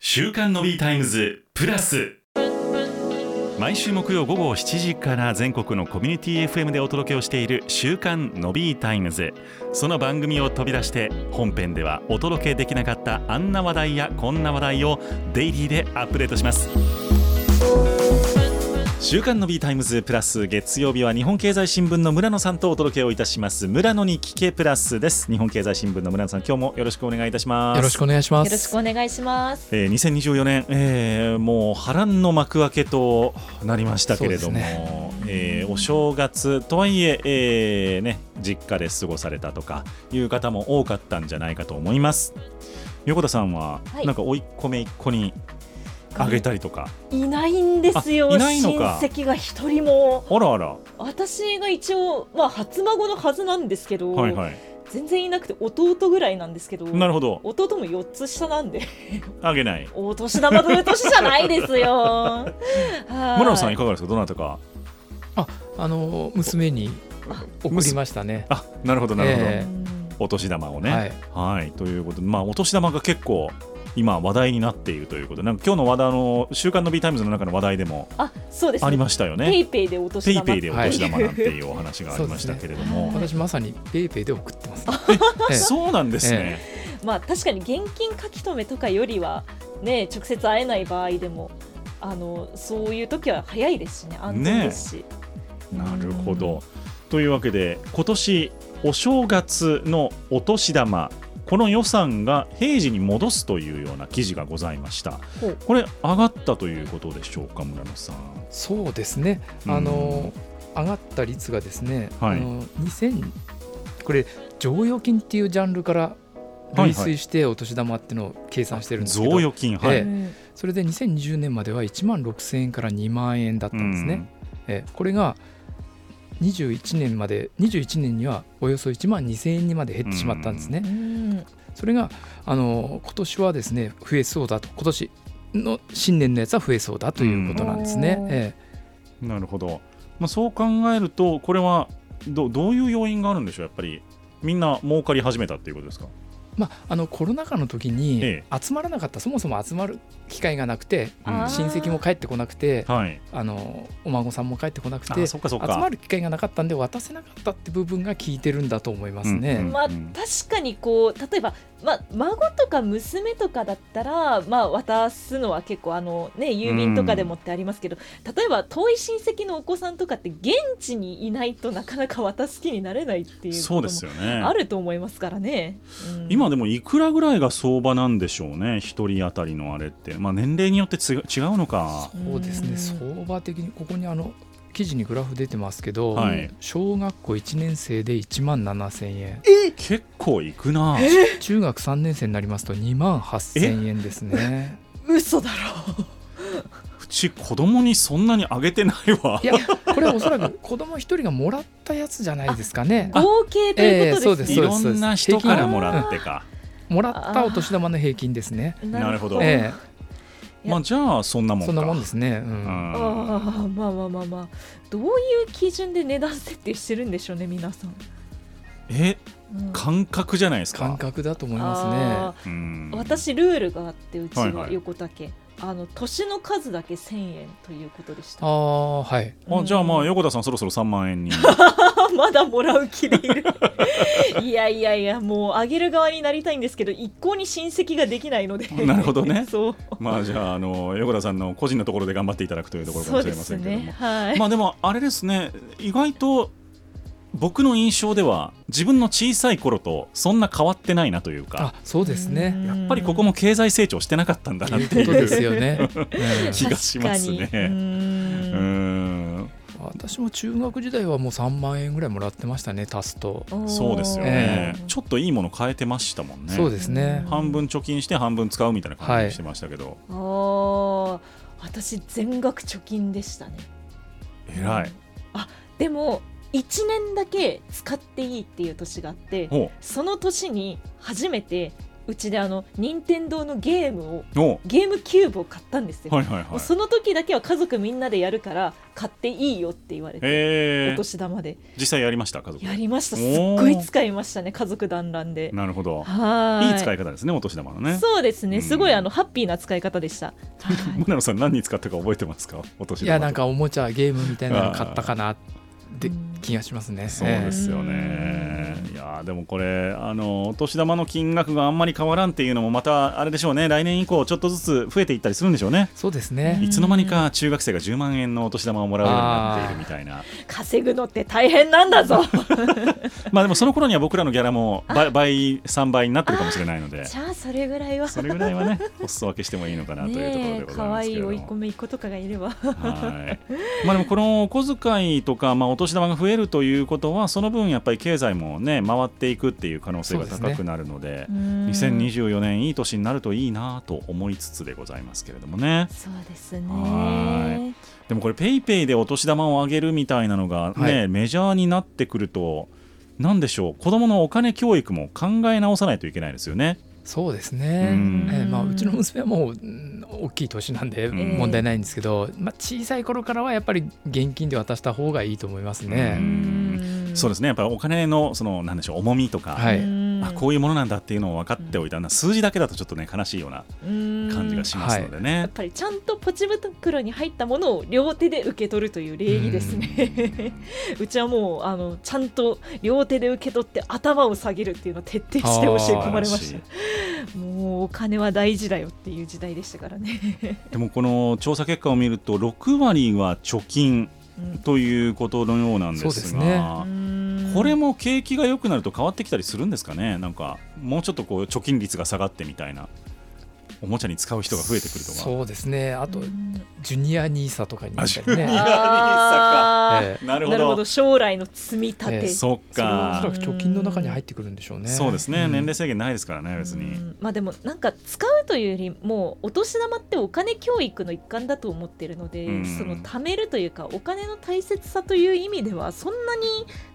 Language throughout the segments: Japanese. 週刊のビータイムズプラス毎週木曜午後7時から全国のコミュニティ FM でお届けをしている週刊のビータイムズその番組を飛び出して本編ではお届けできなかったあんな話題やこんな話題をデイリーでアップデートします週刊の B タイムズプラス月曜日は日本経済新聞の村野さんとお届けをいたします村野に聞けプラスです日本経済新聞の村野さん今日もよろしくお願いいたしますよろしくお願いします。よろしくお願いします。えー、2024年、えーもう波乱の幕開けとなりましたけれども、そうですえーお正月とはいええーね、実家で過ごされたとかいう方も多かったんじゃないかと思います。横田さんは、はいなんか甥いっ子めいっ子にあげたりとか、いないんですよ。あいないのか親戚が一人も。あらあら、私が一応、まあ、初孫のはずなんですけど、はいはい、全然いなくて弟ぐらいなんですけど。なるほど、弟も4つ下なんであげない。お年玉という年じゃないですよ。はい村野さんいかがですか、どなたか。あの娘に送りましたね。あ、なるほどなるほど、えうんお年玉をね。はい。はい、ということで、まあ、お年玉が結構今話題になっているということでなんか今日の話題あの「週刊の B タイムズ」の中の話題でもあそうですねありましたよペイね。ペイでおペ年イ玉ペイでお年玉なんていうお話がありましたけれども、はい私まさにペイペイで送ってます。ええそうなんですね。まあ確かに現金書き留めとかよりはね直接会えない場合でもあのそういう時は早いですしね安全ですし、なるほど。というわけで今年お正月のお年玉この予算が平時に戻すというような記事がございましたほう。これ上がったということでしょうか村野さん。そうですね。うんあの上がった率がですね、はいあの2000これ剰余金っていうジャンルから類推してお年玉っていうのを計算してるんですけど、贈与金はい、えそれで2020年までは1万6000円から2万円だったんですね。ええこれが21年まで21年にはおよそ1万2000円にまで減ってしまったんですね。うんそれがあの今年はですね増えそうだと今年の新年のやつは増えそうだということなんですね。うんえなるほど、まあ、そう考えると、これはどどういう要因があるんでしょう、やっぱり、みんな儲かり始めたっていうことですか。えまあ、あのコロナ禍の時にえ集まらなかった、そもそも集まる機会がなくてうんあー親戚も帰ってこなくてはい、あのお孫さんも帰ってこなくてあ集そっかそっかまる機会がなかったんで渡せなかったって部分が効いてるんだと思いますね。うんまあう確んかにこう例えば、まあ、孫とか娘とかだったら、まあ、渡すのは結構あの、ね、郵便とかでもってありますけど、例えば遠い親戚のお子さんとかって現地にいないとなかなか渡す気になれないっていうそこうでとすもよねあると思いますからね。うん今でもいくらぐらいが相場なんでしょうね、一人当たりのあれって、まあ、年齢によってつ違うのか、そうですね、うん相場的にここにあの記事にグラフ出てますけど、はい小学校1年生で1万7000円結構いくな、中学3年生になりますと2万8000円ですね。嘘だろうち子供にそんなにあげてないわい。やこれはおそらく子供一人がもらったやつじゃないですかね。う合計ということですええね。いそうですろんな人からもらってか、もらったお年玉の平均ですね。なるほどええまあ、じゃあそんなもんえ、か。そんなもんですね。ううんんああまあまあまあまあどういう基準で値段設定してるんでしょうね皆さん。えうん感覚じゃないですか。感覚だと思いあまうーん私ルールがあってうちはいははい横竹、あの年の数だけ1000円ということでしすね。あたあ、はい。あうんじゃあまあ横田さんそろそろ3万円に まだもらう気でいる いやいやいやもうあげる側になりたいんですけど一向に親戚ができないので なるほどね そうまあじゃああの横田さんの個人のところで頑張っていただくというところかそもうしでれますせんけども、ねはい、まあでもあれですね意外と僕の印象では自分の小さい頃とそんな変わってないなというかあ、そうですね。やっぱりここも経済成長してなかったんだなっていいううことですよ ね。うん気がしますね確かにううーんーん私も中学時代はもう3万円ぐらいもらってましたね、足すと。そうですよね、えおーちょっといいもの変えてましたもんねそうですね。半分貯金して半分使うみたいな感じにしてましたけど、ああ私全額貯金でしたね偉いあでも1年だけ使っていいっていう年があってほその年に初めてうちであの任天堂のゲームをおゲームキューブを買ったんですよ、はいはいもはういその時だけは家族みんなでやるから買っていいよって言われて、えおー、年玉で実際やりました家族やりましたすっおーごい使いましたね家族団らんでなるほどはーいいい使い方ですねお年玉のねそうですうねんすごいあのハッピーな使い方でした、はい宗野さん何に使ったか覚えてますかお年玉いやとなんかおもちゃゲームみたいなの買ったかなってうん気がしますね。そうですよね。いやーでもこれあのお年玉の金額があんまり変わらんっていうのもまたあれでしょうね来年以降ちょっとずつ増えていったりするんでしょうね。そうですうんね。いつの間にか中学生が10万円のお年玉をもらうようになっているみたいな 稼ぐのって大変なんだ ぞまあでもその頃には僕らのギャラも倍倍3倍になってるかもしれないのでじゃあそれぐらいはそれぐらいはねお裾分けしてもいいのかなというところねでえござい可ます愛けいれど追いも込。めいっ子とかがいればはい。まあでもこのお小遣いとかまあお年玉が増えるということはその分やっぱり経済もね回っていくっていう可能性がそうで高すくなるので。 2020 2024年いい年になるといいなと思いつつでございますけれどもねそうですはねでもこれペイペイでお年玉をあげるみたいなのがね、はメジャーになってくると何でしょう子どものお金教育も考え直さないといけないですよね。そうですうね。んえーまあ、うちの娘はもううん大きい年なんでうん問題ないんですけど、まあ、小さい頃からはやっぱり現金で渡した方がいいと思いますうね。んそうですねやっぱりお金のそのなんでしょう重みとか、はいうあこういうものなんだっていうのを分かっておいたな数字だけだとちょっとね悲しいようなうん感じがしますのでね。やっぱりちゃんとポチ袋に入ったものを両手で受け取るという礼儀ですねうちはもうあのちゃんと両手で受け取って頭を下げるっていうのを徹底して教え込まれまし素晴らたもうお金は大事だよっていう時代でしたからね、でもこの調査結果を見ると6割は貯金うんということのようなんでそうですすが。ねうんこれも景気が良くなると変わってきたりするんですかね、なんかもうちょっとこう貯金率が下がってみたいな、おもちゃに使う人が増えてくるとか、そうですね。あとうんジュニアニーサとかになったありジュニアね。あーええなるほなるほどど、将来の積み立えて、えそっそれはおそか、らく貯金の中に入ってくるんでしょうね。そうですね、ん年齢制限ないですからね、別うに。んまあでもなんか使うというよりもお年玉ってお金教育の一環だと思ってるので、うんその貯めるというかお金の大切さという意味ではそんなに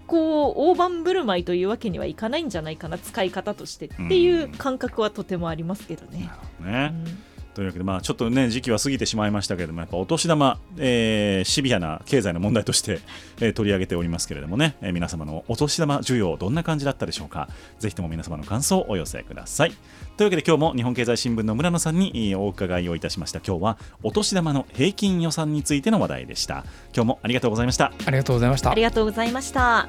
こう大盤振る舞いというわけにはいかないんじゃないかな使い方としてっていう感覚はとてもありますけどね。うね、んというわけで、まあ、ちょっとね、時期は過ぎてしまいましたけれども、やっぱお年玉、えーシビアな経済の問題として、えー取り上げておりますけれどもね、えー皆様のお年玉需要、どんな感じだったでしょうか、ぜひとも皆様の感想をお寄せください。というわけで、今日も日本経済新聞の村野さんにえーお伺いをいたしました。今日はお年玉の平均予算についての話題でした。今日もありがとうございました。ありがとうございましたあり。がとうございました。